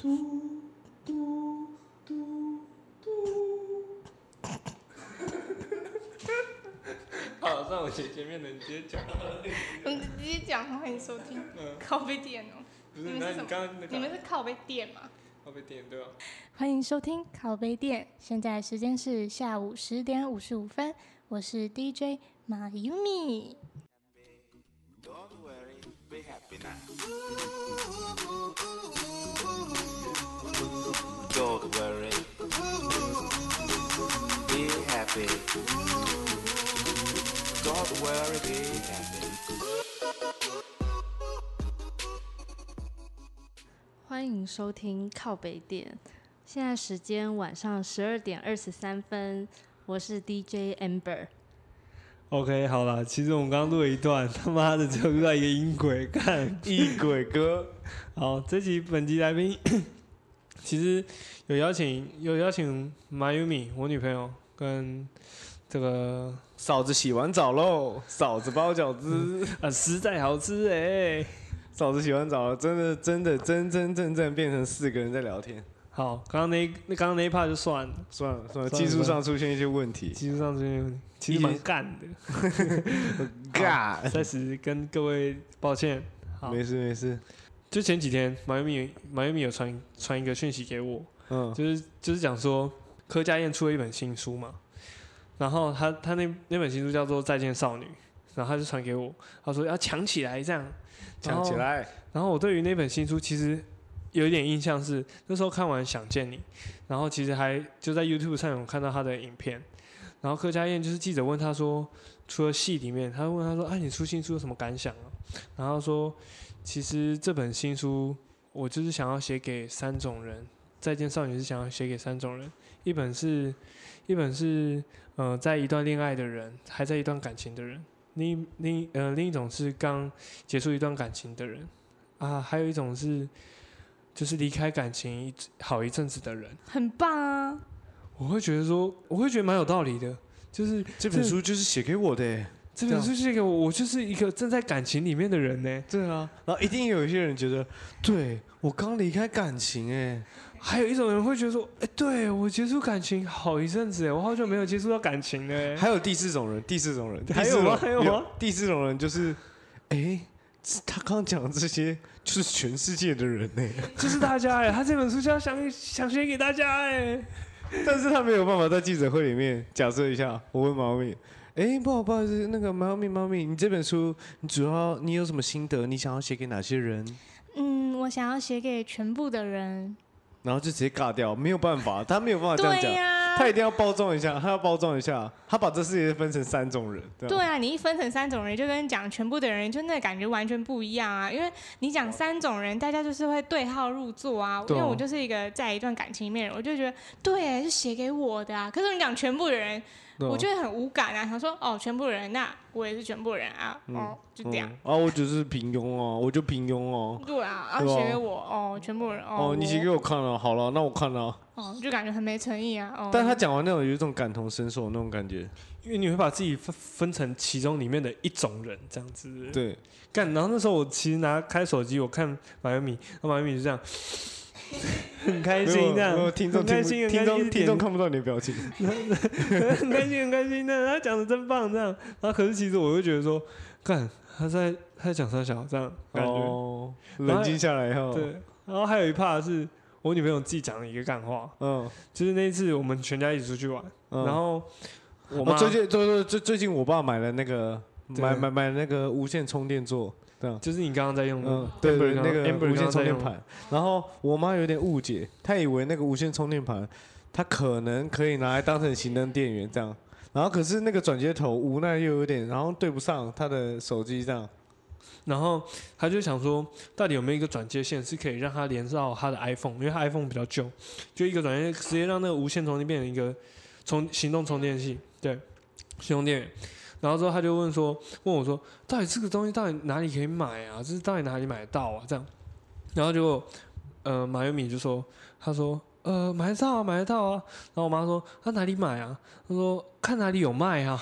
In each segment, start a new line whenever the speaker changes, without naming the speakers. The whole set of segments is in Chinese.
嘟嘟嘟嘟。
好，算我前前面的，你直接讲。
我们直接讲，欢迎收听
嗯，
靠背电哦。
不
你
是，
们
那
是什
你
么
刚刚那
你们
个啊
是靠背电吗？
会被点对吧？
欢迎收听靠背电，现在时间是下午十点五十五分，我是 DJ 马由米。
Don't worry, be happy now. Don't worry, be happy. Don't worry, be happy.
欢迎收听靠北店，现在时间晚上十二点二十三分，我是 DJ Amber。
OK，好啦，其实我们刚刚录了一段，他妈的只有录到一个音轨，看音轨哥。 好，这集本集来宾 其实有邀请，有邀请 Mayumi 我女朋友跟这个
嫂子洗完澡喽，嫂子包饺子，
啊实在好吃哎、
嫂子洗完澡了，真的真的真真正正变成四个人在聊天。
好，刚刚那一那刚刚那一 part 就算了，
算了算
算
了，
了
技术上出现一些问题，
技术上这些问题其实蛮干的，
尬，
暂时跟各位抱歉。好，
没事没事，
就前几天 Mayumi Mayumi 有传传一个讯息给我，
嗯，
就是就是讲说柯佳燕出了一本新书嘛，然后他他那那本新书叫做《再见少女》，然后他就传给我，他说要抢起来这样，然
抢
后
起。来，
然后我对于那本新书其实有一点印象是那时候看完《想见你》，然后其实还就在 YouTube 上有看到他的影片，然后柯佳燕就是记者问他说，除了戏里面，他问他说，哎、你出新书有什么感想啊？然后他说，其实这本新书我就是想要写给三种人，《再见少女》是想要写给三种人，一本是，一本是，呃，在一段恋爱的人，还在一段感情的人。另另呃另一种是刚结束一段感情的人，啊，还有一种是，就是离开感情一好一阵子的人，
很棒啊！
我会觉得说，我会觉得蛮有道理的。就是
这本书就是写给我的欸。
这
对
本
啊
书写给我，我就是一个正在感情里面的人呢。
对啊，然后一定有一些人觉得，对我刚离开感情哎，
还有一种人会觉得说，哎，对我结束感情好一阵子，哎，我好久没有接触到感情了。
还有第四种人，第四种人，
哎还有吗
第四种
还有吗？
第四种人就是，哎，这他刚讲的这些就是全世界的人呢，
就是大家哎，他这本书就要想想写给大家哎。
但是他没有办法在记者会里面假设一下，我问猫咪。哎，不好不好意思，那个猫咪猫咪，你这本书你主要你有什么心得？你想要写给哪些人？
嗯，我想要写给全部的人。
然后就直接尬掉，没有办法，他没有办啊法这样
对
讲，
呀、
他一定要包装一下，他要包装一下，他把这世界分成三种人，对吧
对啊，你一分成三种人，就跟讲全部的人，就那感觉完全不一样啊。因为你讲三种人，大家就是会对号入座啊。因
对啊
为我就是一个在一段感情里面的人，我就觉得对，是写给我的啊。可是你讲全部的人，我就会很无感啊。想说哦，全部人，那我也是全部人啊。哦，就这样。
嗯啊，我只是平庸哦，我就平庸哦。
对啊，啊，
对吧
写给我哦，全部人哦，
哦，你写给
我
我看了，好了，那我看了。
哦，就感觉很没诚意啊。哦，
但他讲完那种有一种感同身受的那种感觉，
因为你会把自己分分成其中里面的一种人，这样子。
对，
干，然后那时候我其实拿开手机，我看马尤米，那马尤米就这样，很开
没有
心这样
没有，听众
很
听
开
不
心，很
听
开
众
心，
听众看不到你的表情，
很开心，很开心的，他讲的真棒这样。然后可是其实我会觉得说，干他在他在讲三小这样感觉，
哦，冷静下来后，
对。然后还有一 part 是我女朋友自己讲了一个干话，
嗯，
就是那一次我们全家一起出去玩，
嗯，
然后我
哦
妈
最近最最最最近我爸买了那个
对
买买买那个无线充电座，这样。
就是你刚刚在用的
嗯，，对
Amber
对，
刚
那
刚
个
Amber
无线
刚刚
充
在
电
用的，
盘。然后我妈有点误解，她以为那个无线充电盘，它可能可以拿来当成行灯电源这样。然后可是那个转接头无奈又有点，然后对不上她的手机这
啊
样。
然后他就想说，到底有没有一个转接线是可以让它连到他的 iPhone，因为他 iPhone 比较旧，就一个转接直接让那个无线充电变成一个充行动充电器，对，行动电源。然后之后他就问说，问我说，到底这个东西到底哪里可以买啊？这是到底哪里买得到啊？这样，然后结果，呃，马优米就说，他说，呃，买得到啊，买得到啊。然后我妈说，她、哪里买啊？她说看哪里有卖啊。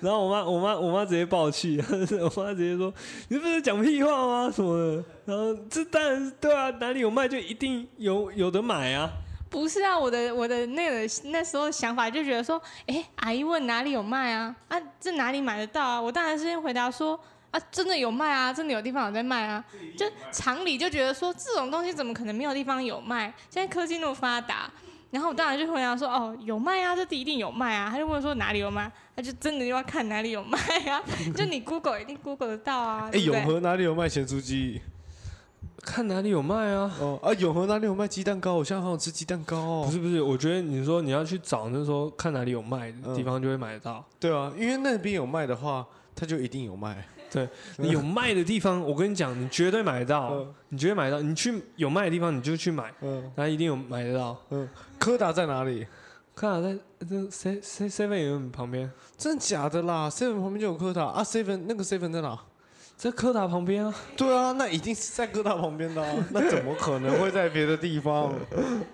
然后我妈，我妈，我妈直接爆气， 我妈直接说：“你不是讲屁话吗？什么的？”然后这当然是对啊，哪里有卖就一定有有的买啊。
不是啊，我的我的那个那时候想法就觉得说，哎、阿姨问哪里有卖啊？啊，这哪里买得到啊？我当然是先回答说，啊，真的有卖啊，真的有地方有在卖啊。就常理就觉得说，这种东西怎么可能没有地方有卖？现在科技那么发达，然后我当然就回答说，哦，有卖啊，这一定有卖啊。他就问说哪里有卖，他就真的就要看哪里有卖啊。就你 Google 一定 Google 得到啊，
哎，
对不
永
对？
和哪里有卖咸酥鸡？
看哪里有卖啊？
哦啊，永和哪里有卖鸡蛋糕？我现在好想吃鸡蛋糕
不
哦。
是不是，我觉得你说你要去找，那时候看哪里有卖的地方就会买得到。
对啊，因为那边有卖的话，它就一定有卖。嗯
你有卖的地方，我跟你讲，你绝对买得到
嗯，
你绝对买得到。你去有卖的地方，你就去买，
嗯，
然后一定有买得到。
柯达在哪里？
看啊，在这 C C Seven 有你旁边，
真假的啦？seven 旁边就有柯达啊，seven 那个 seven 在哪？
在柯达旁边啊，
对啊，那一定是在哥大旁边的、 啊，那怎么可能会在别的地方？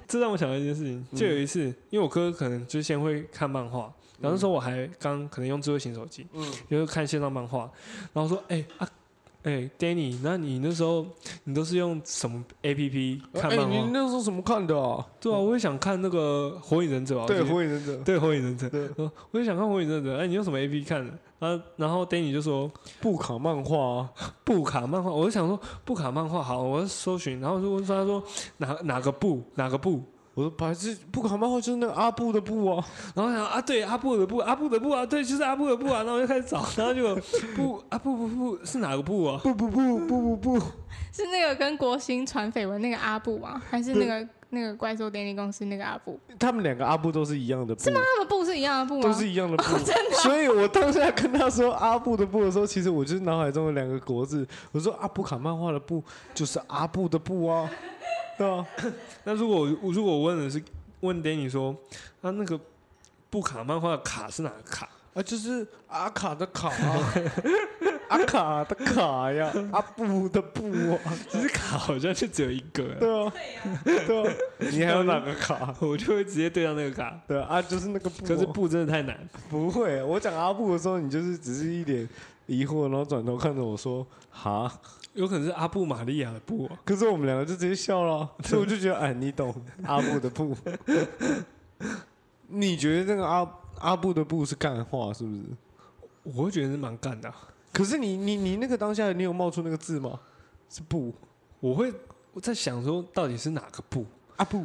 这让我想到一件事情，就
嗯
有一次，因为我哥可能就先会看漫画，然后那时候我还刚可能用智慧型手机，
嗯
就是看线上漫画，然后说，哎、啊，哎、d a n n y 那你那时候你都是用什么 A P P 看
哎
漫画？
你那时候怎么看的、啊？
对啊，我也想看那个《火影忍者》吧，啊
对，
我记得
火影忍者
对《火影忍者》
对
我说，我也想看《火影忍者》，哎、你用什么 A P P 看的？然后然后 Danny 就说
布卡漫画、啊，
布卡漫画，我就想说布卡漫画好，我要搜寻，然后就问他说哪哪个布哪个布，
我说白痴，布卡漫画就是那个阿布的布啊，
然后我想啊，对，阿布的布，阿布的布啊，对，就是阿布的布啊。然后我就开始找，然后就布啊布布布是哪个布啊？
不不不不不不，
是那个跟国兴传绯闻那个阿布吗？还是那个那个怪兽电力公司那个阿布？
他们两个阿布都是一样的布，
啊他们布是一样的布吗？
都是一样的布， 所以我当下跟他说阿布的布的时候，其实我就是脑海中有两个国字，我说阿布卡漫画的布就是阿布的布啊， 对啊，
那如果我如果我问的是问 Danny 说，啊那个布卡漫画的卡是哪个卡？
啊，就是阿卡的卡、啊，阿卡的卡呀，阿布的布啊，
其实卡好像就只有一个，
对啊，对啊，你还有哪个卡？
我就会直接对到那个卡。
对啊，就是那个布啊。
可是布真的太难，
不会，我讲阿布的时候，你就是只是一脸疑惑，然后转头看着我说哈，
有可能是阿布玛利亚的布、啊。
可是我们两个就直接笑了 啊，所以我就觉得哎，你懂阿布的布。 你觉得那个阿阿布的布是干话是不是？
我会觉得是蛮干的啊、
可是你你你那个当下，你有冒出那个字吗？是布
我会我在想说到底是哪个布？
阿布，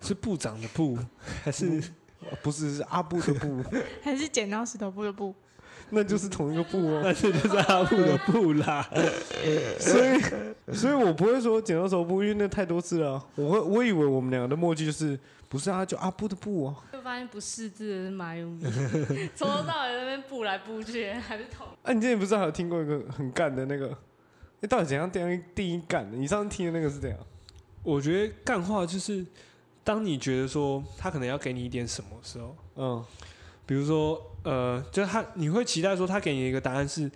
是部长的布，还是
呃不是是阿布的 布，
还是剪刀石头布的布？
那就是同一个布哦。
那这就是阿布的布啦？
所以，所以我不会说剪刀手布，因为那太多次了啊。我会我以为我们两个的默契就是不是啊，就阿布的布啊。
就发现不识字的是马友 米，从头到尾在那边布来布去，还是同
啊，你之前不是还有听过一个很干的那个？那到底怎样定义定义干的？你上次听的那个是怎样？
我觉得干话就是，当你觉得说他可能要给你一点什么时候，
嗯，
比如说呃，就是他你会期待说他给你一个答案是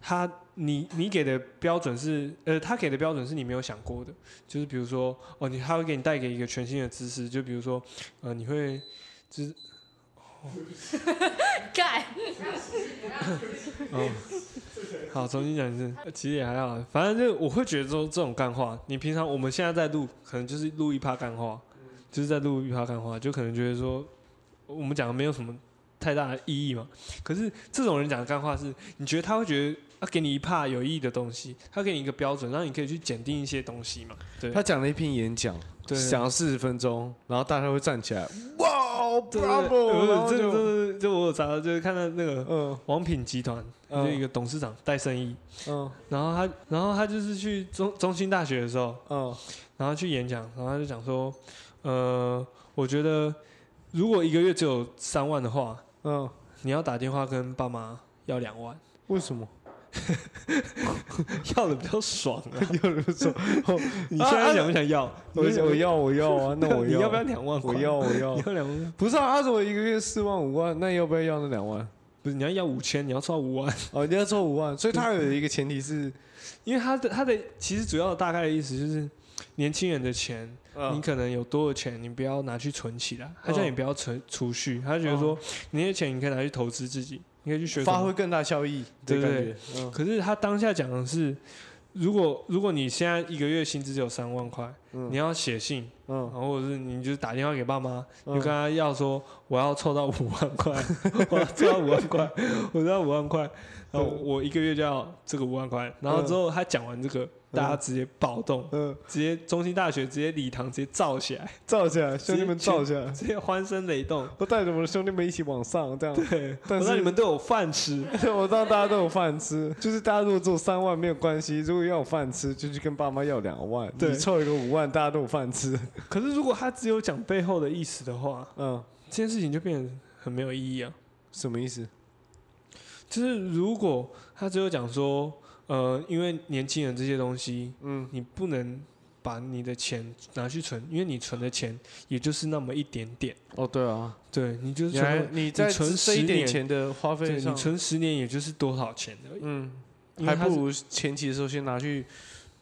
他你你给的标准是呃他给的标准是你没有想过的，就是比如说哦你他会给你带给一个全新的知识，就比如说呃你会就是
盖。
哦。好，重新讲一次。呃其实也还好，反正就我会觉得说这种干话，你平常我们现在在录，可能就是录一趴干话，
嗯
就是在录一趴干话，就可能觉得说我们讲的没有什么太大的意义嘛。可是这种人讲的干话是，你觉得他会觉得他给你一趴有意义的东西，他给你一个标准，让你可以去检定一些东西嘛。对，
他讲了一篇演讲，
对
讲了四十分钟，然后大家会站起来，哇
对对对
，bravo！然
呃
后
这个
就
这个就我有查到，就是看到那个
嗯
王品集团
嗯
就一个董事长戴胜义，
嗯
然后他然后他就是去中中心大学的时候。
嗯
然后去演讲，然后他就讲说，呃，我觉得如果一个月只有三万的话，
嗯，
你要打电话跟爸妈要两万，
为什么？
要的比较爽 啊。哦
有人说
你现在想不想要？
我
你现在想
我要我要啊，那我
你
要
要不要两万
我
块？
要我要
你，要两万，
不是啊，阿佐一个月四万五万，那要不要要那两万？
不是你要要五千，你要凑五万，
哦，你要凑五万，所以他有一个前提是，
因为他的他的其实主要的大概的意思就是，年轻人的钱，你
嗯，
可能有多的钱，你不要拿去存起来，他叫
嗯
你不要存储蓄，他觉得说你那些钱你可以拿去投资自己，你可以去学什
发
么
挥更大效益的
对
感
对
觉，嗯
可是他当下讲的是，如果如果你现在一个月薪资只有三万块，
嗯
你要写信，
嗯
然，后或者是你就是打电话给爸妈，你
嗯
就跟他要说我要凑到五万块， 我要凑到五万块， 我要五万块，然后
嗯
我一个月就要这个五万块。然后之后他讲完这个，大家直接暴动，
嗯，
直接中心大学直接礼堂直接造起来，
照一下，兄弟们照一下，
直接欢声雷动。
我带着我的兄弟们一起往上，这样，
对，我
但
让
是嗯
你们都有饭吃。
我知道大家都有饭吃，就是大家如果只有三万没有关系，如果要有饭吃，就去跟爸妈要两万，
对
你凑一个五万，大家都有饭吃，
可是如果他只有讲背后的意思的话，
嗯，
这件事情就变得很没有意义啊。
什么意思？
就是如果他只有讲说，呃，因为年轻人这些东西，
嗯，
你不能把你的钱拿去存，因为你存的钱也就是那么一点点，
哦，对啊，
对你就是
你还
存，
你在
存
这一
10
点
年
钱的花
对
费
你
上，
存十年也就是多少钱而已，
嗯，
因为
还
它是
不如前期的时候先拿去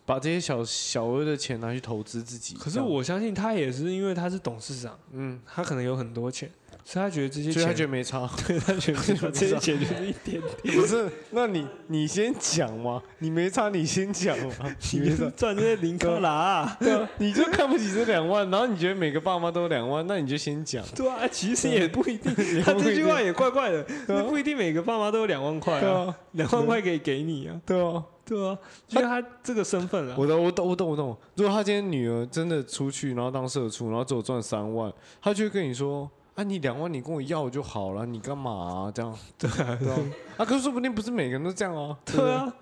把这些小小额的钱拿去投资自己。
可
这
是
样，
我相信他也是因为他是董事长，
嗯，
他可能有很多钱，所以他觉得这些
所以他觉
钱，
得没差。
对他觉得这些钱就是一点点，
不是，那你你先讲嘛，你没差，你先讲嘛，你
你
没
就
差
是。 赚这些零克拉、啊，
对啊，你就看不起这两万，然后你觉得每个爸妈都有两万，那你就先讲。
对啊，其实也不一 定，他
不一
这
定
句话也怪怪的，
对啊
那不一定每个爸妈都有两万块
对
啊，
啊，
两万块可以给你啊，
对啊，
对啊，因为他这个身份啊，
我懂，我懂，我懂，我懂。如果他今天女儿真的出去，然后当社畜，然后只有赚三万，他就会跟你说：“啊，你两万你跟我要就好了，你干嘛啊、这样？”对啊，啊，可是说不定不是每个人都这样啊。
对啊，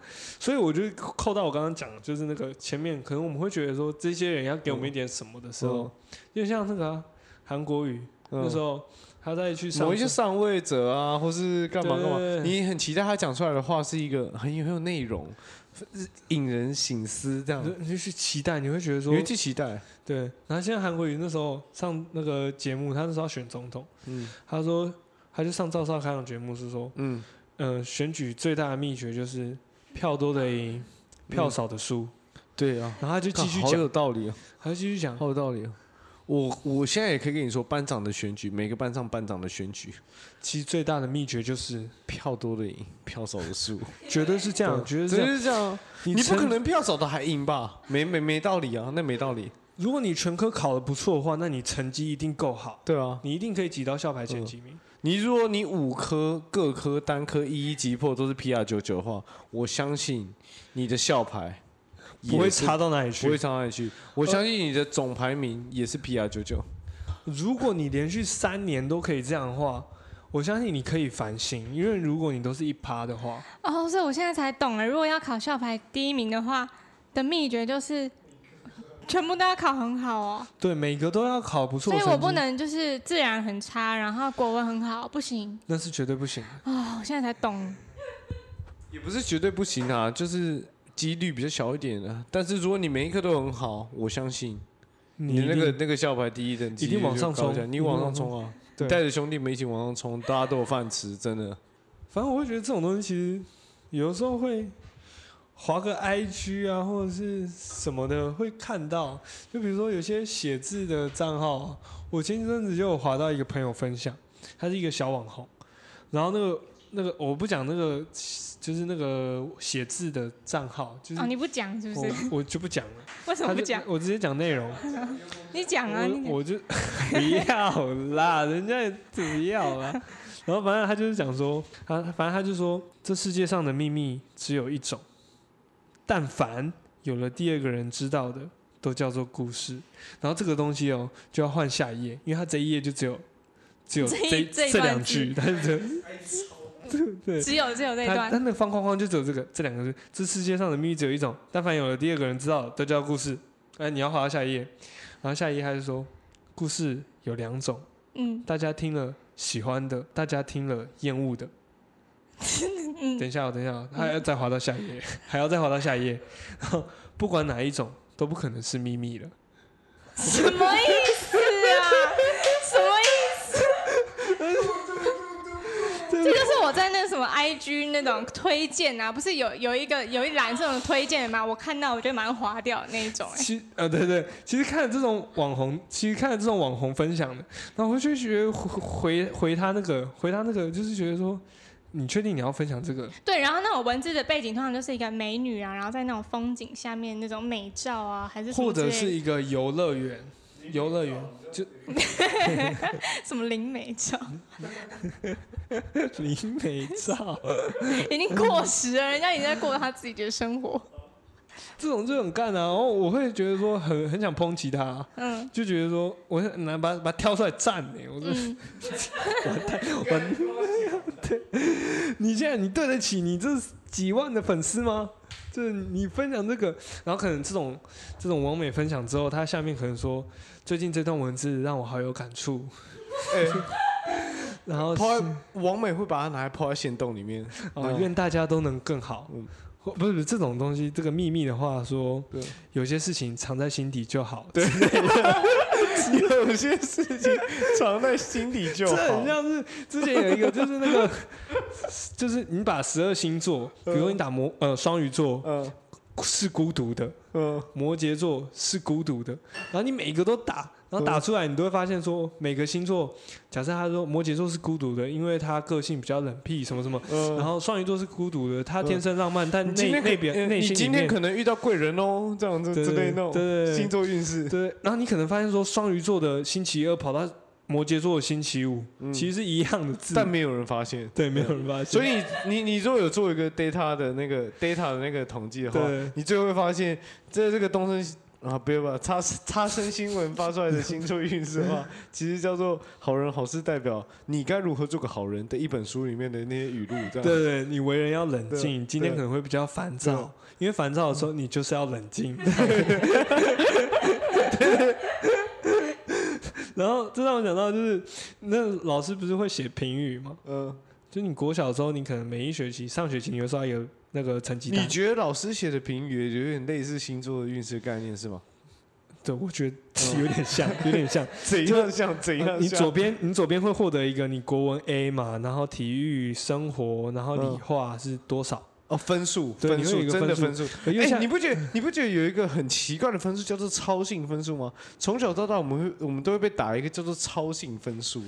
所以我就扣到我刚刚讲的，就是那个前面，可能我们会觉得说这些人要给我们一点什么的时候，就像那个啊韩、国瑜、
嗯
那时候他在去上
某一些上位者啊，或是干嘛干
对
嘛
对，对
你很期待他讲出来的话是一个很有很有内容，引人醒思这样
你，就你就去期待，你会觉得
你
说
会去期待。
对。然后现在韩国瑜那时候上那个节目，他那时候要选总统，
嗯
他说他就上赵少康的节目是说，
嗯，
嗯、选举最大的秘诀就是票多的赢，票少的输。
对啊，
然后他就继续
嗯好
讲，
有道理哦。
他就继续讲，
好有道理、哦。我我现在也可以跟你说，班长的选举，每个班上班长的选举，
其实最大的秘诀就是
票多的赢，票少的 输。
绝对是这样，绝对是
真
这样。
是这样，啊
你
你不
成
可能票少的还赢吧？没没没道理啊，那没道理。
如果你全科考得不错的话，那你成绩一定够好，
对啊，
你一定可以挤到校排前几名。
你如果你五科各科单科一一击破都是 PR 九九的话，我相信你的校牌也
不会
嗯是
差到哪里
不会
去。
差到哪里去。呃我相信你的总排名也是 PR 九九。
如果你连续三年都可以这样的话，我相信你可以反省，因为如果你都是一趴的话，
哦，所以我现在才懂了，如果要考校牌第一名的话，的秘诀就是全部都要考很好哦。
对每个都要考不错
所
的
以
成绩，
我不能就是自然很差，然后国文很好，不行
那是绝对不行的。
哦。我现在才懂，
也不是绝对不行啊，就是几率比较小一点啊。但是如果你每一科都很好，我相信
你一
你那
定
个那个校牌第一等级
一定往上冲
就高起来你往上冲啊！
对
你带着兄弟们一起往上冲，大家都有饭吃，真的。
反正我会觉得这种东西其实有的时候会划个 IG 啊，或者是什么的会看到。就比如说有些写字的账号啊，我前一阵子就有划到一个朋友分享，他是一个小网红，然后那个那个我不讲那个就是那个写字的账号，就是
哦，你不讲是不
我
是？
我就不讲 了，
为什
他
么
就
不讲？
我直接讲内容。
你讲啊，你
我
讲
我就 不要啦， 人家也不要 啦。然后反正他就是讲说，他反正他就说，这世界上的秘密只有一种，但凡有了第二个人知道的，都叫做故事。然后这个东西哦，就要换下一页，因为他这一页就只有只有
这一
这
这一
这
段
两句，他就只有对对。
只有只有这一
他他
段，
那个方框框就只有这个这两个字，这世界上的秘密只有一种，但凡有了第二个人知道，都叫故事。哎，你要滑到下一页，然后下一页他就说，故事有两种，
嗯
大家听了喜欢的，大家听了厌恶的。等
嗯，
一下、 哦，等一下、哦，他还要再滑到下一页，还要再滑到下一页，然后不管哪一种都不可能是秘密了。
什么意思啊？什么意思？这就是我在那什么 IG 那种推荐啊，不是有有一个有一栏这种推荐的吗？我看到我就蛮划掉那一种、欸，
其呃对对，其实看了这种网红，其实看了这种网红分享的，然后我就觉得回回回他那个回他那个，就是觉得说，你确定你要分享这个？
对，然后那种文字的背景通常就是一个美女啊，然后在那种风景下面那种美照啊，还是什么
或者
之类
是一个游乐园，游乐园 就
什么灵美照，
林美照，
已经过时了，人家已经在过他自己的生活。
这种就很干啊，然后我会觉得说很很想抨击他，啊
嗯
就觉得说我很难把把他挑出来站呢、我说、
嗯，
完，对，你现在你对得起你这几万的粉丝吗？就是你分享这个，然后可能这种这种网美分享之后，他下面可能说最近这段文字让我好有感触，
哎、
然 后
抛
是
在王美会把它拿来抛在线洞里面，
哦愿大家都能更好
嗯。
或不是不是这种东西，这个秘密的话说
对，
有些事情藏在心底就好。对，
有些事情藏在心底就
这
好
很。像是之前有一个，就是那 个，就是你把十二星座，比如你打摩呃双鱼座
嗯
是孤独的，
嗯，
摩羯座是孤独的，然后你每个都打，然后打出来，你都会发现说，每个星座，假设他说摩羯座是孤独的，因为他个性比较冷僻，什么什么，
嗯
然后双鱼座是孤独的，他天生浪漫，但
你
内
可
内表
呃
内
你
心里
今天
面。
可能遇到贵人哦，这样子
对
之类
对对
那种
对
星座运势。
对，然后你可能发现说，双鱼座的星期二跑到摩羯座的星期五，
嗯
其实是一样的字，
但没有人发现，
对，没有人发现。
所以你你如果有做一个 data 的那个 data 的那个统计的话
对，
你最后会发现，在这个东升啊，不要把差差生新闻发出来的星座运势的话，其实叫做“好人好事代表你该如何做个好人”的一本书里面的那些语录，这
对
样。
对，你为人要冷静。
对
今天
对
可能会比较烦
对
躁，因为烦躁的时候你就是要冷 静。然后这让我想到，就是那老师不是会写评语吗？
嗯，
就你国小的时候，你可能每一学期上学期你会收到一个那个成绩
你
单。
觉得老师写的评语有点类似星座的运势概念是吗？
对，我觉得有点 像，有点像。
怎样像怎样像？
呃你左边，你左边会获得一个你国文 A 嘛，然后体育、生活，然后
嗯
理化是多少？
哦，分数，
对
分
你会有
数，
一个
真的分
分
数。
因为
哎、
像
你不觉得你不觉得有一个很奇怪的分数叫做超性分数吗？从小到大，我们会我们都会被打一个叫做超性分数，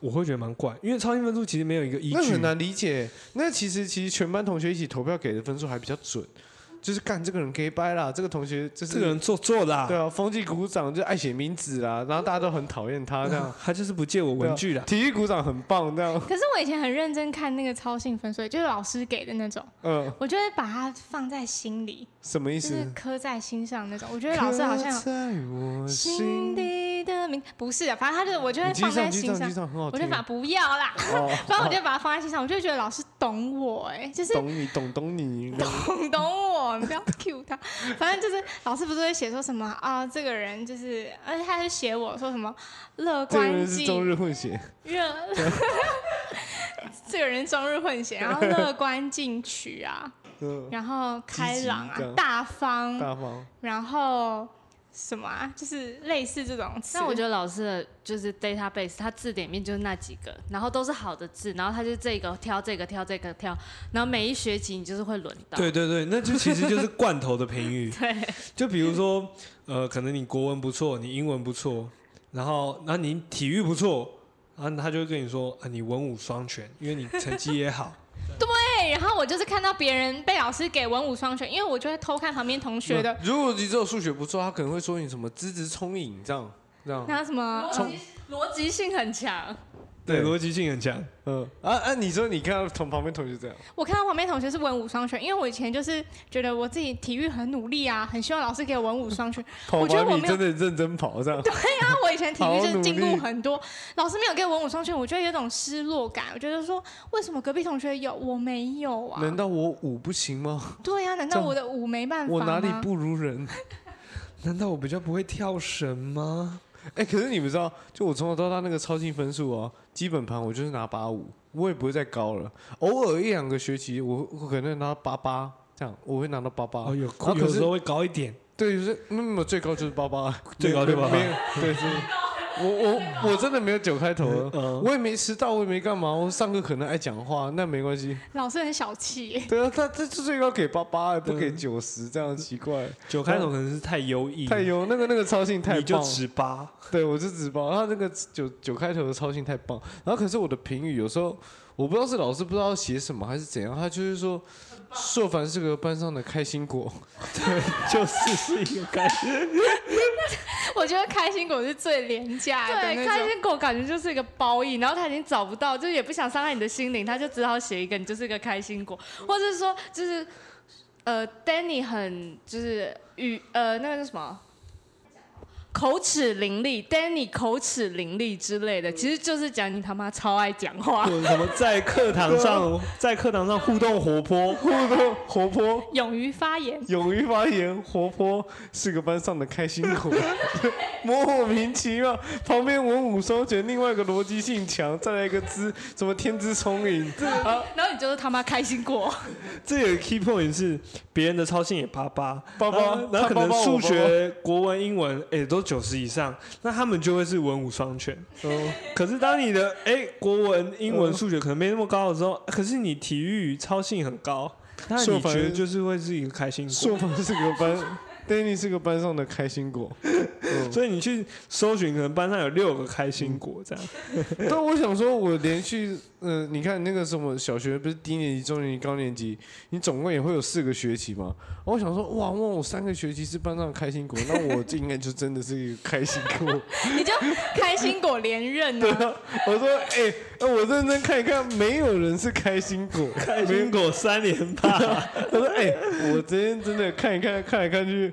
我会觉得蛮怪，因为超新分数其实没有一个依
那
据
很。难理解。那其实其实全班同学一起投票给的分数还比较准，就是干这个人 gay 掰啦，这个同学就是
这个人做作啦，
对啊，风纪股长就爱写名字啦，然后大家都很讨厌 他这样。
啊他就是不借我文具啦。
体育股长很棒，这样，
可是我以前很认真看那个超性分水，就是老师给的那种，
嗯，
我就会把它放在心里，
什么意
就
思
是？刻在心上那种。我觉得老师好像有
刻在我
心
心底，
底的名，不是啊，反正他就我就会
你记
放
上
在
记
心
上
上
记，上，很好
我
听
就。把不要啦，
哦
反正我就把它放在心上，我就觉得老师懂我、哎， 就是
懂你，懂懂你，
懂懂我，你不要 cue 他。反正就是老师不是会写说什么啊，这个人就是，而且他就写我说什么乐
这个
观
人是
济
中日混血，
热，这个人中日混血，然后乐观进取啊，
嗯，
然后开朗
积极
啊
这样，
大方，
大方。
然后什么啊，就是类似这种词。
但我觉得老师的就是 database，他字典里面就是那几个，然后都是好的字，然后他就这个挑这个挑这个挑，然后每一学期你就是会轮到。
对对对，那就其实就是罐头的评语。
对，
就比如说，呃，可能你国文不错，你英文不错，然后那你体育不错，然后他就会跟你说啊，你文武双全，因为你成绩也好。
对，然后我就是看到别人被老师给文武双全，因为我就会偷看旁边同学的。
如果你只有数学不错，他可能会说你什么资质聪颖这样，这样。
那什么，
哦
呃
逻辑性很强，
对
对，逻辑性很强。
嗯，啊啊，你说你看到同旁边同学这样，
我看到旁边同学是文武双全，因为我以前就是觉得我自己体育很努力啊，很希望老师给我文武双全。
跑
我觉得
完
我
你
没有
真的认真跑这样，
对啊，我以前体育就是进
好努
步
力
很多，老师没有给我文武双全，我觉得有种失落感。我觉得说，为什么隔壁同学有我没有啊？
难道我舞不行吗？
对啊，难
这
道
样
我的舞没办法
我哪里
吗？
不如人？
难道我比较不会跳绳吗？
哎，可是你们知道，就我从小到大那个超性分数哦，基本盘我就是拿八五，我也不会再高了。偶尔一两个学期，我我可能拿到八八这样，我会拿到八八。
哦，有
然后可
有
是
时候会高一点。
对，就是那么最高就是八八，
最高就88
没有对是。我我我真的没有九开头，
嗯
我也没迟到，我也没干嘛，我上课可能爱讲话，那没关系。
老师很小气 耶，
对啊，他这这最高给八八，不给
嗯
九十，这样奇怪。
九开头可能是太优异，
太优，那个那个超性太
你就
棒，
只八，
对我就直爆。他那个九九开头的超性太棒，然后可是我的评语有时候我不知道是老师不知道写什么还是怎样，他就是说硕凡是个班上的开心果，
就是是一个开始。
我觉得开心果是最廉价的那
对，
种
开心果感觉就是一个褒义，然后他已经找不到，就是也不想伤害你的心灵，他就只好写一个你就是一个开心果，或者是说就是呃，Danny 很就是语呃那个叫什么？口齿伶俐，Danny 口齿伶俐之类的，其实就是讲你他妈超爱讲话，
或者什么在课堂 上，在课堂上啊互动活泼，
活泼活泼，
勇于发言。
勇于发言，活泼是个班上的开心果，莫名其妙。旁边文武双全，另外一个逻辑性强，再来一个资什么天资聪颖，这啊
然后你就是他妈开心果。
这有个 key point 是别人的操性也八八
八八
然后然后可
他八八
能
我
数
八八
学、国文、英文，哎、都九十以上，那他们就会是文武双全。
哦
可是当你的哎、国文、英文、
嗯
数学可能没那么高的时候，可是你体育操性很高，那
说
你
法
觉得
是
就是会是一个开心
硕
果。
凡是个班，Danny 是个班上的开心果。嗯
所以你去搜寻，可能班上有六个开心果这样。
但我想说，我连续，呃，你看那个什么小学不是低年级、中年级、高年级，你总共也会有四个学期嘛。然后我想说，哇，问我三个学期是班上的开心果，那我就应该就真的是一个开心果。
你就开心果连任
对
啊！
啊，我说，哎、呃我认真看一看，没有人是开心果。
开心果三连霸，
他说，哎、我今天真的看一看，看来看去，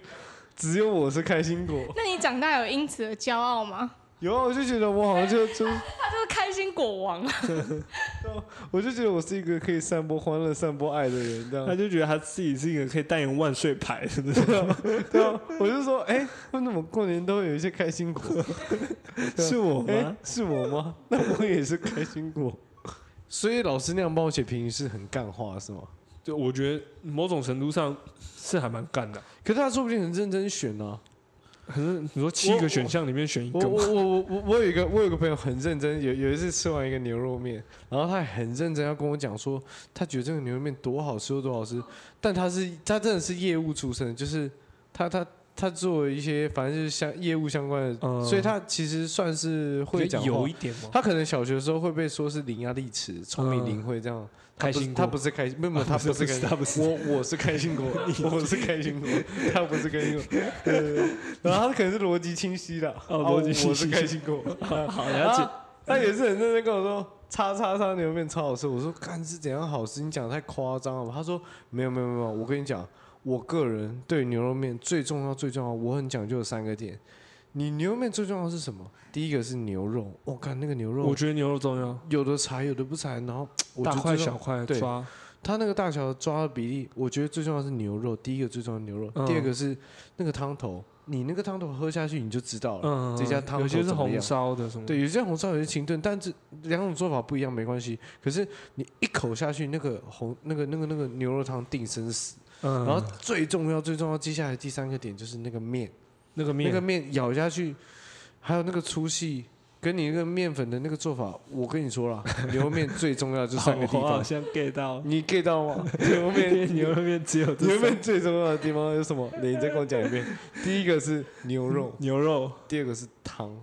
只有我是开心果。
那你长大有因此而骄傲吗？
有啊，我就觉得我好像就就，
他就是开心果王啊！
我就觉得我是一个可以散播欢乐、散播爱的人，这样
他。就觉得他自己是一个可以代言万岁牌的那 种，
对啊，我就说，哎、为什么过年都会有一些开心果？
是我
哎、
吗？
是我吗？那我也是开心果。所以老师那样帮我写评语是很干话是吗？
就我觉得某种程度上是还蛮干的啊。
可是他说不定很认真选啊呢、
可是你说七个选项里面选一
我
个吗？
我我我我我有一个我有一个朋友很认真，有有一次吃完一个牛肉面，然后他还很认真要跟我讲说，他觉得这个牛肉面多好吃有多好吃，但他是他真的是业务出身，就是他他他做一些反正就是相业务相关的，
嗯
所以他其实算是会
比较
讲话
油呃一点吗？
他可能小学的时候会被说是伶牙俐齿、聪
嗯
明伶慧这样。他
开
不是
心果
他不是开心，没有没有，
啊
他
不是
不是
不
开
是
心，
他不是
我我是开 心果，我是开心果，他不是开心果。对对对然后他可能是逻辑清晰的，
哦
啊
逻辑清晰哎
我是开心 果。
好
然
了
后
解。
他也是很认真跟我说，叉叉叉牛肉面超好吃。我说干是怎样好吃？你讲得太夸张了吧？他说没有没有没有，我跟你讲，我个人对牛肉面最重要最重要，我很讲究的三个点。你牛肉面最重要的是什么？第一个是牛肉，我、看那个牛肉
我觉得牛肉重要，
有的柴有的不柴，然后我
大
就
块
知道
小块
对
抓，
它那个大小抓的比例，我觉得最重要的是牛肉，第一个最重要的牛肉，
嗯
第二个是那个汤头，你那个汤头喝下去你就知道了，
嗯，
这家汤头
有些是
怎么
红
样
烧的什么，
对，有些红烧，有些清炖，但这两种做法不一样，没关系。可是你一口下去，那个红、那个、那个、那个牛肉汤定生死。
嗯，
然后最重要、最重要，接下来第三个点就是那个面，
那个
那
面
个面咬下去，还有那个粗细，跟你那个面粉的那个做法，我跟你说了，牛肉面最重要就三个地
我 好啊
方，
像 get 到，
你 get 到吗？牛肉面
面牛肉面只有这
牛肉
三
面最重要的地方有什么？你再跟我讲一遍。第一个是 牛肉，
牛肉，
第二个是汤，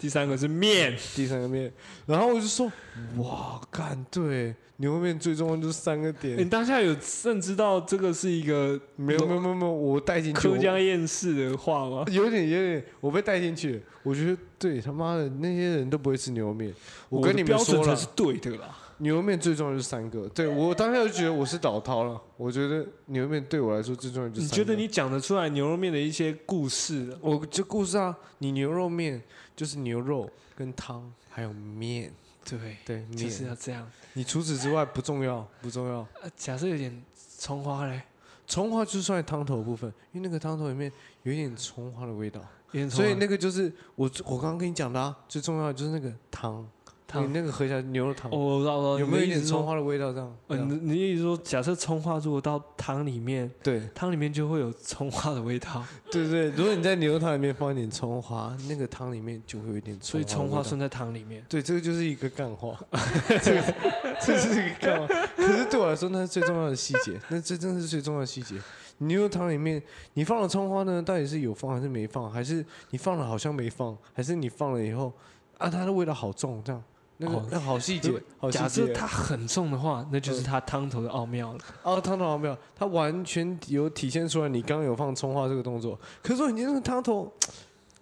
第三个是面，
第三个面。然后我就说，哇，干对，牛肉面最重要就是三个
你
点。
当下有认知到这个是一个
没有没有没有没有，我带进去，
科
我
江厌世的话吗？
有点有点，我被带进去。我觉得对他妈的那些人都不会吃牛肉面。我跟
的
你们
标准
说
才
了
是，对的啦，
牛肉面最重要就是三个。对我当下就觉得我是倒涛了，我觉得牛肉面对我来说最重要就是
你
三个。
觉得你讲得出来牛肉面的一些故事了？
我这故事啊，你牛肉面就是牛肉跟汤还有面，
对，
对面。
就是要这样。
你除此之外不重要，不重要。
呃假设有点葱花嘞，
葱花就是算汤头的部分，因为那个汤头里面有一点葱花的味道，
有点葱
所
花
以那个就是我我刚刚跟你讲的啊，最重要的就是那个汤你
汤。
那个喝下去牛肉汤
哦，我知道，我知道
有没有一点葱
葱？
花的味道？嗯这样，
呃，
这
你
样
你的意思说，假设葱花如果到汤里面，
对
汤里面就会有葱花的味 道，
对对，如果你在牛肉汤里面放一点葱花，那个汤里面就会有一点
所
葱
以
花的味
葱
道。
花算在汤里面。
对，这个就是一个干话，这个这是一个干话。可是对我来说，那是最重要的细节，那这真的是最重要的细节。你牛肉汤里面你放了葱花呢，到底是有放还是没放？还是你放了好像没放？还是你放了以后啊，它的味道好重，这样那个、
哦
那好细节
如果，
好细
假设
节。
它很重的话，那就是它汤头的奥妙了。
哦，汤头好没有，它完全有体现出来你刚刚有放葱花这个动作。可是说你那个汤头，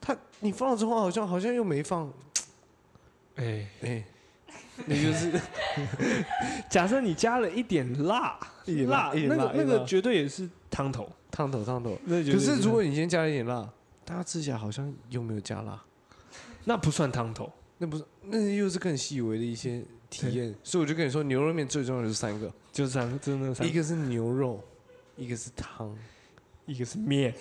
它你放了葱花好像好像又没放，
哎，
哎、
那就是假设你加了一点辣，
一点辣，一点
那
辣
个，那
一点
个
辣
绝对也是汤头。
汤头汤头。
那绝
可
对
是如
汤
果你先加了一点辣，大家吃起来好像又没有加辣，
那不算汤头，
那不是那又是更细微的一些体验。所以我就跟你说，牛肉面最重要的就是三个，
就是三真的三
一个是牛肉，一个是汤，
一个是面，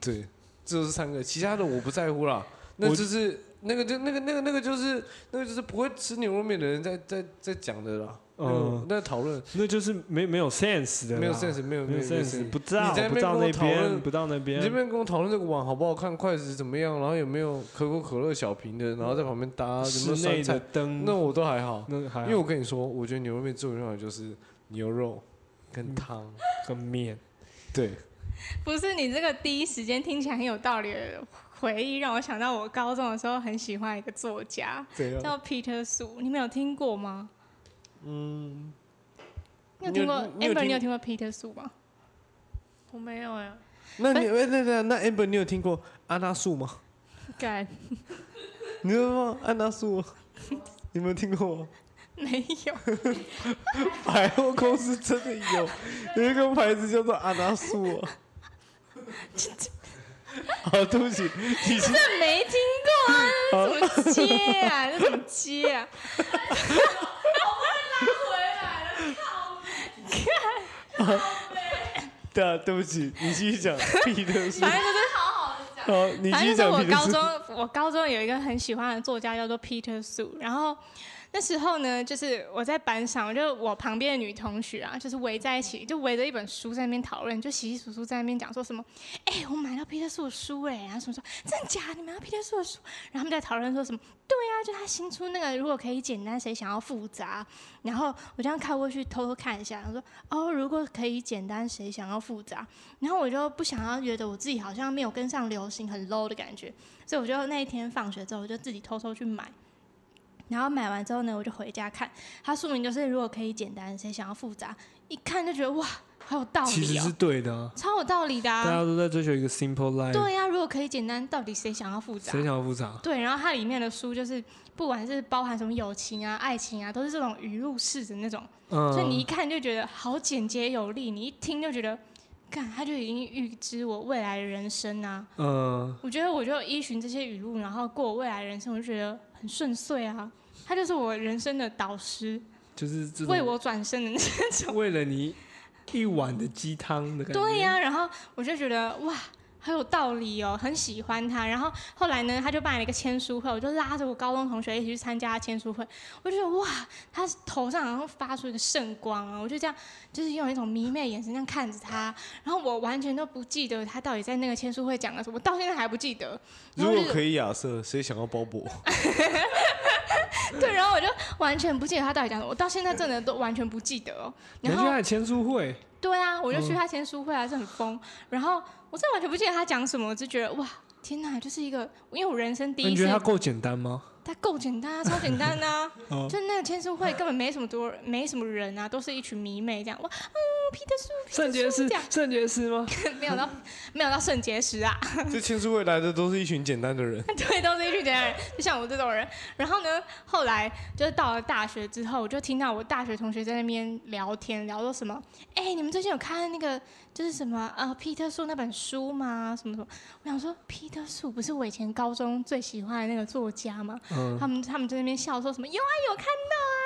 对，这就是三个，其他的我不在乎啦。那
我
就是那个就那个那个那个就是那个就是不会吃牛肉面的人在在在讲的啦。嗯
嗯，
那讨论
那就是没没有 sense 的啦，
没有 sense，没有
没有 sense，
sense。
不到
你在那边
不到
跟我
那
讨论
边，不到那
你这
边。
边跟我讨论这个碗好不好看，筷子怎么样，然后有没有可口可乐小瓶的，然后在旁边搭有没
室
有
内
酸
的
菜，
灯，
那我都还
嗯
好，
那还
因为我跟你说，我觉得牛肉面最重要的就是牛肉跟汤。
嗯
跟面，
对，
不是你这个第一时间听起来很有道理的回忆，让我想到我高中的时候很喜欢一个作家，
怎样？
叫 Peter Su，你们有听过吗？
嗯，
你有
你有
听过
你有
Amber？
听
你有听过 Peter Su 吗？
我没有啊呀，
那你哎，那那那 Amber，你有听过安娜 素吗？
敢
你知道吗？安 娜素，你没有听过吗？
没有？
百货公司真的 有有一个牌子叫做安娜素啊。好，对不起，已经
这没听过啊，这怎么接啊？这怎么接啊？
啊
对啊，对不起，你继 续讲彼得素。
反正就是
好，你
反
继续
正就是
讲
我
彼得
高
素。
中，我高中有一个很喜欢的作家叫做 Peter Su，然后那时候呢，就是我在班上，就我旁边的女同学啊，就是围在一起，就围着一本书在那边讨论，就稀稀疏疏在那边讲说什么，哎、我买到 Peter Su 的书哎、然后什么说真假的，你买到 Peter Su 的书，然后他们在讨论说什么，对啊，就他新出那个，如果可以简单，谁想要复杂？然后我这样靠过去偷偷看一下，我说哦，如果可以简单，谁想要复杂？然后我就不想要觉得我自己好像没有跟上流行，很 low 的感觉，所以我就那一天放学之后，我就自己偷偷去买。然后买完之后呢，我就回家看，它书名就是“如果可以简单，谁想要复杂”，一看就觉得哇，好有道
其
理
实是
哦，
对的啊。
超有道理的
大家
啊！
都在追求一个 simple life，
对啊呀、如果可以简单，到底谁想要复杂？
谁想要复杂？
对，然后它里面的书就是不管是包含什么友情啊、爱情啊，都是这种语录式的那种，
嗯，
所以你一看就觉得好简洁有力，你一听就觉得，看他就已经预知我未来的人生啊。
嗯，
我觉得我就依循这些语录，然后过我未来人生，我就觉得很顺遂啊。他就是我人生的导师，
就是这种
为我转身的那些。
为了你一碗的鸡汤的感觉。
对呀、然后我就觉得哇，很有道理哦，很喜欢他。然后后来呢，他就办了一个签书会，我就拉着我高中同学一起去参加签书会。我就觉得哇，他头上好像发出一个圣光啊！我就这样，就是用一种迷妹的眼神这样看着 他，然后我完全都不记得他到底在那个签书会讲了什么，我到现在还不记得。然
如
后
果
就是
可以亚瑟，谁想要包勃？
对，然后我就完全不记得他到底讲什么，我到现在真的都完全不记得哦。
你
然
还去他
后
的签书会，
对啊，我就去
嗯
他签书会还是很疯，然后我真的完全不记得他讲什么，我就觉得哇，天哪，就是一个，因为我人生第
那
一
你觉
次
得他，够简单吗？
他够简单啊，超简单啊，
哦
就那个签书会根本没什么多，没什么人啊，都是一群迷妹这样，哇，嗯，皮特叔
肾结石
这样，
肾结石吗？
没有到没有到肾结石啊，
这签书会来的都是一群简单的 人。
对，都是一群简单人，就像我这种人。然后呢，后来就是到了大学之后，我就听到我大学同学在那边聊天，聊说什么，哎、你们最近有看那个就是什么呃皮特树那本书吗？什么什么？我想说，皮特树不是我以前高中最喜欢的那个作家吗？
嗯，
他们他们在那边笑说什么有啊有看到啊，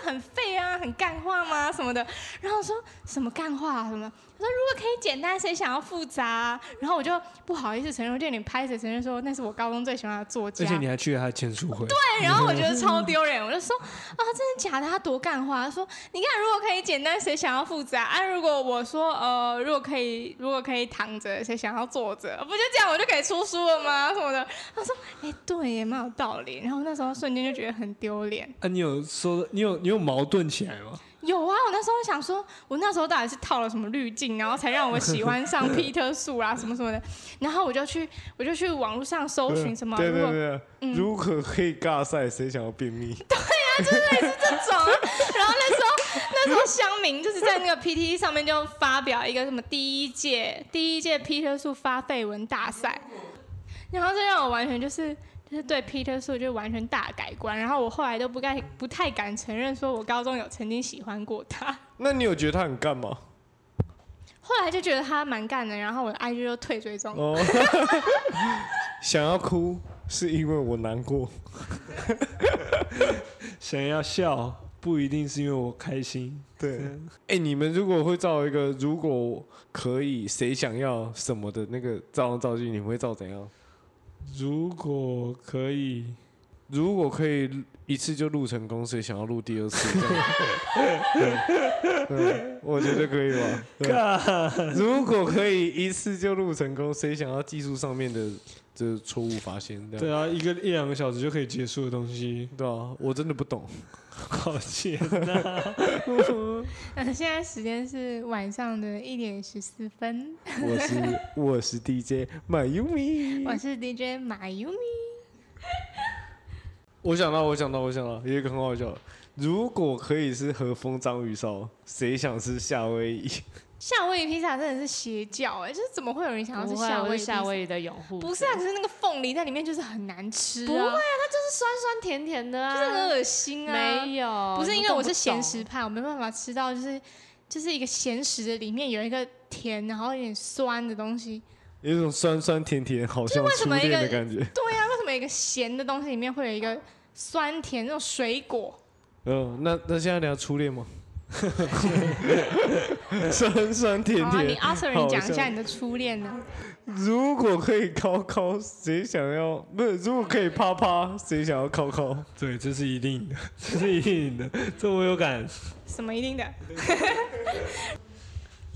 就很废啊，很干话吗什么的。然后我说什么干话、啊、什么？他说如果可以简单，谁想要复杂、啊？然后我就不好意思承认，我就有点拍谁承认说那是我高中最喜欢的作家
而。且你还去了他的签书会，
对然后我觉得 超丢脸，我就说啊，真的假的？他多干话。他说你看，如果可以简单，谁想要复杂？啊，如果我说呃，如果可以，如果可以躺着，谁想要坐着？不就这样，我就可以出书了吗？什么的。他说哎、对也蛮有道理。然后那时候瞬间就觉得很丢脸。
啊，你有说你有你有矛盾起来吗？
有啊，我那时候想说，我那时候到底是套了什么滤镜，然后才让我喜欢 上皮特树啊什么什么的。然后我就去，我就去网络上搜寻什么，
对
如
对
果嗯
对，如果可以尬赛，谁想要便秘？
这种啊。然后那时候，那时候乡民就是在那个 PT 上面就发表一个什么第一届第一届 Peter 树发绯闻大赛，然后这让我完全就是。就是对 Peter 树就完全大改观，然后我后来都不该不太敢承认，说我高中有曾经喜欢过他。
那你有觉得他很干嘛？
后来就觉得他蛮干的，然后我的 IG 就退追踪。
哦， 想要哭是因为我难过。
想要笑不一定是因为我开心，
对，哎、你们如果会造一个如果可以谁想要什么的那个造来造句，你们会造怎样？
如果可以，
如果可以一次就录成功，谁想要录第二次？这样对，我觉得可以吧。嗯对
啊
如果可以一次就录成功，谁想要技术上面的这错误发现？这样
对啊，一个一两个小时就可以结束的东西，
对啊，我真的 不懂。
好啊贱。
嗯，现在时间是晚上的一点十四分，
我是我是 DJ 马优米，
我是 DJ 马优米。
我想到，我想到，我想到，有一个很好笑的。如果可以是和风章鱼烧，谁想吃夏威夷？
夏威夷披萨真的是邪教哎、就是怎么会有人想要吃
不
夏
会，啊
威
我
夷
是
披萨
夏？威夷的拥护者。
不是啊，可是那个凤梨在里面就是很难吃、啊，
不会啊，它就是酸酸甜甜的
就是很
啊，
恶心啊。
没有，
不是因为我是咸
食
食派，我没办法吃到就是就是一个咸食的里面有一个甜，然后有点酸的东西。
有一种酸酸甜甜，好像
什
初
么一
恋
个
的感觉。
对啊，为什么一个咸的东西里面会有一个酸甜那种水果？
嗯，那那现在聊初 恋吗？ 酸酸甜
好啊，你
甜。
阿 Sir，
好
你讲一下
像
你的初恋呢？
如果可以高高，谁想要？不是，如果可以啪啪，谁想要高高？
对，这是一定 的，这是一定的，这我有感。
什么一定的？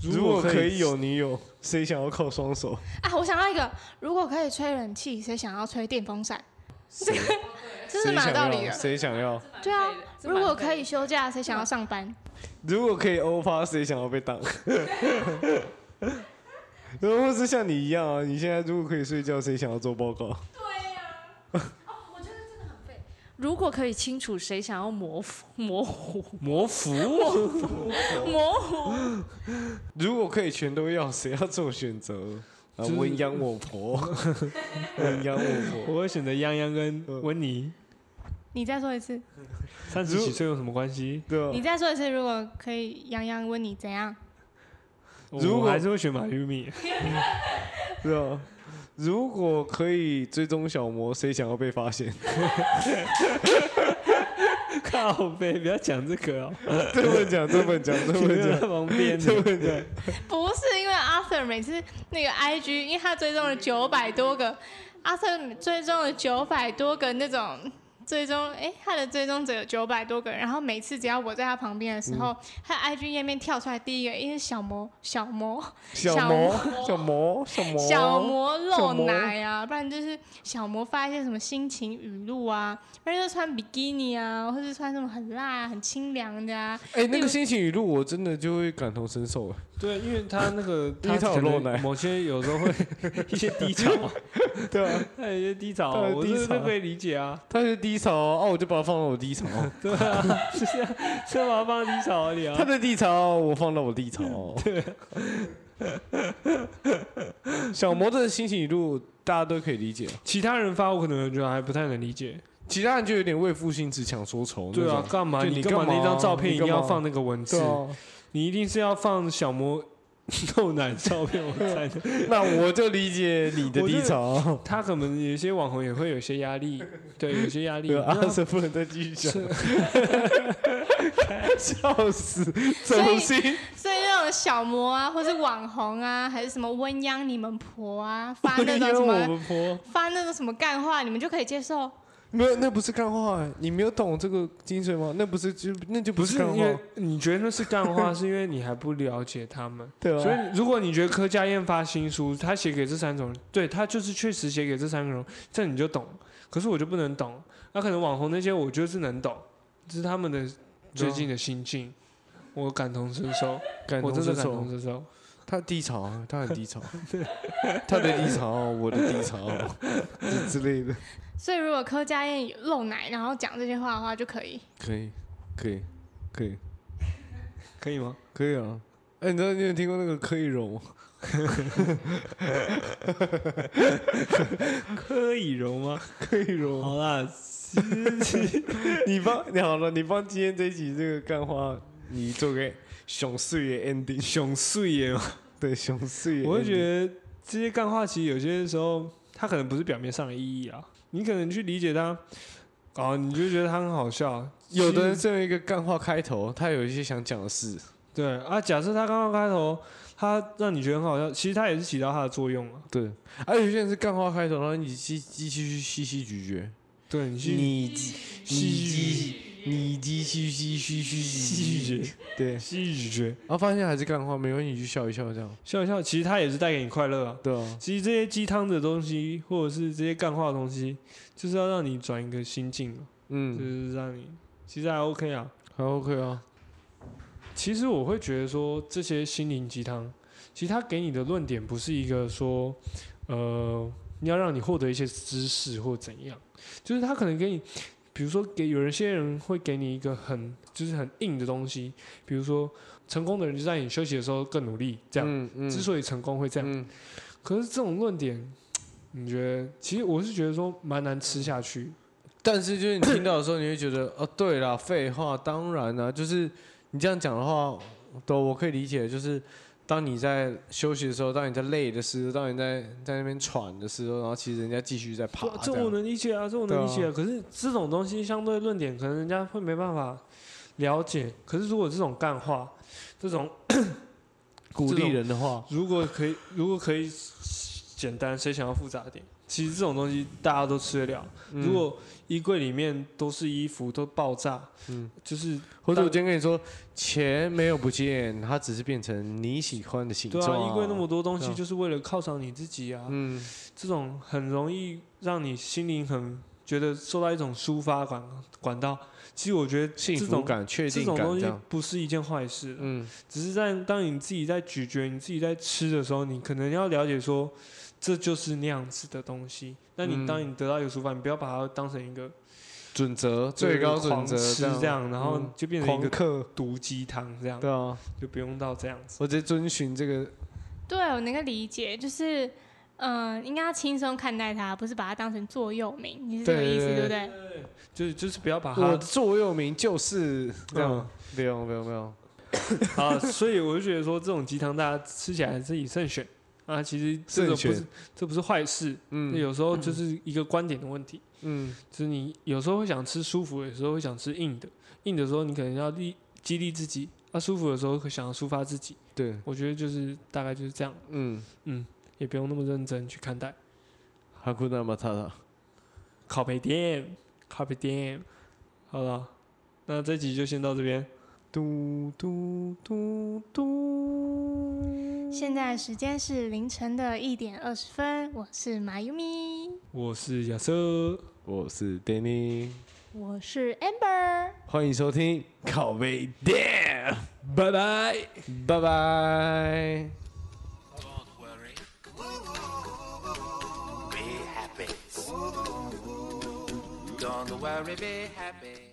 如果可以有女友，谁想要靠双手？
啊，我想到一个，如果可以吹冷气，谁想要吹电风扇？这个 这是
谁
蛮有
想
道理啊
要？
的。
谁想要？
对啊，
这蛮
如果
对
可以休假，谁想要上班？
如果可以欧趴，谁想要被当？如果是像你一样啊，你现在如果可以睡觉，谁想要做报告？
如果可以清楚谁想要模糊模糊
魔哦服，
模糊，
如果可以全都要，谁要做选择？啊，
就是
我养我婆， 我养我婆。
我会选择泱泱跟温妮。
你再说一次，
三十几岁有什么关系？
对啊
你，再说一次，如果可以，洋洋问你怎样？
如
我
果
还是会选马玉米。
对啊。如果可以追踪小魔，谁想要被发现？
靠背，不要讲这个哦，
这么讲，这 么讲，这
你
么
没有在
讲，
旁 边呢。
这么讲。
不是因为阿 Sir 每次那个 IG，因为他追踪了九百多个，阿 Sir 追踪了九百多个那种追踪，哎、他的追踪者有九百多个，然后每次只要我在他旁边的时候，他 IG 页面跳出来第一个一定是小魔小魔
小
小
魔，小魔，小魔，
小魔
小
露
魔
奶啊，不然就是小魔发一些什么心情语录啊，不然就是穿比基尼啊，或是穿什么很辣、很清凉的啊，
哎、那个心情语录，我真的就会感同身 受。哎
对，因为他那 个
因为他有
可能
漏奶
某些有时候 会一些低潮，
对啊，
他有一些低潮，
他有
我
低
这
潮
都可以理解啊。
他是低潮哦，啊我就把它放到我低潮。
对啊，就是啊，是把它放在低潮里啊
他。的低潮，我放到我低潮。对， 小魔的心情语录大家都可以理解，
其他人发我可能觉得还不太能理解。
其他人就有点为赋新词强说愁。
对啊，，干嘛？
就
你
你
干嘛
干嘛
那张照片
你
一
干
定
嘛
要放那个文字？
对啊，
你一定是要放小魔 豆奶照片，我猜的。
那我就理解你的低潮。
他可能有些网红也会有些压力，对，有些压力。
对啊，
那
这不能再继续讲
是，
笑死，
所以
走心。
所以那种小模啊，或是网红啊，还是什么温央你们婆啊，发那种什
因哎为我
么
们婆，
发那种什么干话，你们就可以接受。
没有，那不是干话、你没有懂这个精髓吗？那不是就那就
不是
是干
因为
话，
你觉得那是干话，是因为你还不了解他们。
对啊
所
吧？
以，如果你觉得柯佳燕发新书，她写给这三种人，对她就是确实写给这三个人，这你就懂。可是我就不能懂，那、可能网红那些，我觉得是能懂，这是他们的
啊
最近的心境，我感同身受，
感
我
同
真的感
身受
同。身受。
他低潮啊，他很低 潮，他的低潮，我的低潮 之类的，
所以如果柯佳燕露奶，然后讲这些话的话，就可以。
可以，可以，可以，
可以吗？
可以啊！哎、你知道你有听过那个柯以柔吗？
柯以柔吗？
柯以柔，
好啦，
你帮你好了，你帮今天这一集这个干话，你做个熊碎的 ending，
熊碎耶！
对，熊碎的 ending。
我会觉得这些干话其实有些时候，它可能不是表面上的意义啊，你可能去理解它，哦，你就觉得它很好笑。
有的
其
人
实
只有一个干话开头，他有一些想讲的事，
对啊，假设他刚刚开头，他让你觉得很好笑，其实他也是起到他的作用啊。
对。而、有些人是干话开头，然后你继继续去细细咀嚼，
对，你去
你继你继你继续继续继续
细
继
咀
续，对。
吸咀嚼，
然后发现还是干话，没关系，你去笑一笑这样。
笑一笑，其实他也是带给你快乐啊。
对啊，
其实这些鸡汤的东西，或者是这些干话的东西，就是要让你转一个心境嘛，就
嗯，
是让你其实还 OK 啊。
还 OK 啊。
其实我会觉得说，这些心灵鸡汤，其实它给你的论点不是一个说，呃，你要让你获得一些知识或怎样，就是它可能给你，比如说给有一些人会给你一个很就是很硬的东西，比如说成功的人就在你休息的时候更努力，这样，
嗯嗯
之所以成功会这样，
嗯
可是这种论点。你觉得？其实我是觉得说蛮难吃下去，
但是就是你听到的时候，你会觉 得哦，对啦，废话，当然啦、就是你这样讲的话，都我可以理解。就是当你在休息的时候，当你在累的时候，当你在在那边喘的时候，然后其实人家继续在爬
对啊，这
样
我能理解啊，这我能理解、
对
啊。
啊
可是这种东西相对论点，可能人家会没办法了解。可是如果这种干话，这种
鼓励人的话，
如果可以，如果可以简单，谁想要复杂一点？其实这种东西大家都吃得了。
嗯
如果衣柜里面都是衣服，都爆炸，
嗯
就是
或者我今天跟你说，钱没有不见，它只是变成你喜欢的形
对
状。
啊，衣柜那么多东
对
西，
啊
就是为了犒赏你自己啊。
嗯，
这种很容易让你心灵很觉得受到一种抒发管管道。其实我觉得
幸
这
福
种
感、确
这
定
种
感
东
这
西
样。
不是一件坏事，
嗯，
只是在当你自己在咀嚼、你自己在吃的时候，你可能要了解说，这就是那样子的东西。那你
嗯
当你得到一个抒发，你不要把它当成一个
准则最高准则
就是狂吃这样，然后
嗯
就变成一
狂
个
客，
毒鸡汤这样，
对啊，
就不用到这样子。
我直接遵循这个，
对我能够理解，就是嗯、呃应该要轻松看待它，不是把它当成座右铭。你是这个意思对
对对
不
对
对？
就是就是不要把
我
它
座右铭就是
嗯
这样，没有没有没有，
啊，所以我就觉得说，这种鸡汤大家吃起来自己慎选啊。其实这个
慎选
不是这不是坏事，那
嗯
有时候就是一个观点的问题。
嗯，
就是你有时候会想吃舒服，有时候会想吃硬的，硬的时候你可能要励激励自己，啊，舒服的时候会想要抒发自己。
对，
我觉得就是大概就是这样，
嗯，
也不用那么认真去看待。
哈库纳马塔塔，
靠北店，靠北店，好了，那这集就先到这边。
嘟嘟嘟嘟，
现在时间是凌晨的一点二十分，我是马优咪，
我是亚瑟，
我是 Danny，
我是 Amber，
欢迎收听拷贝店，
拜拜。
拜拜。
Don't worry. Be happy. Don't worry, be happy.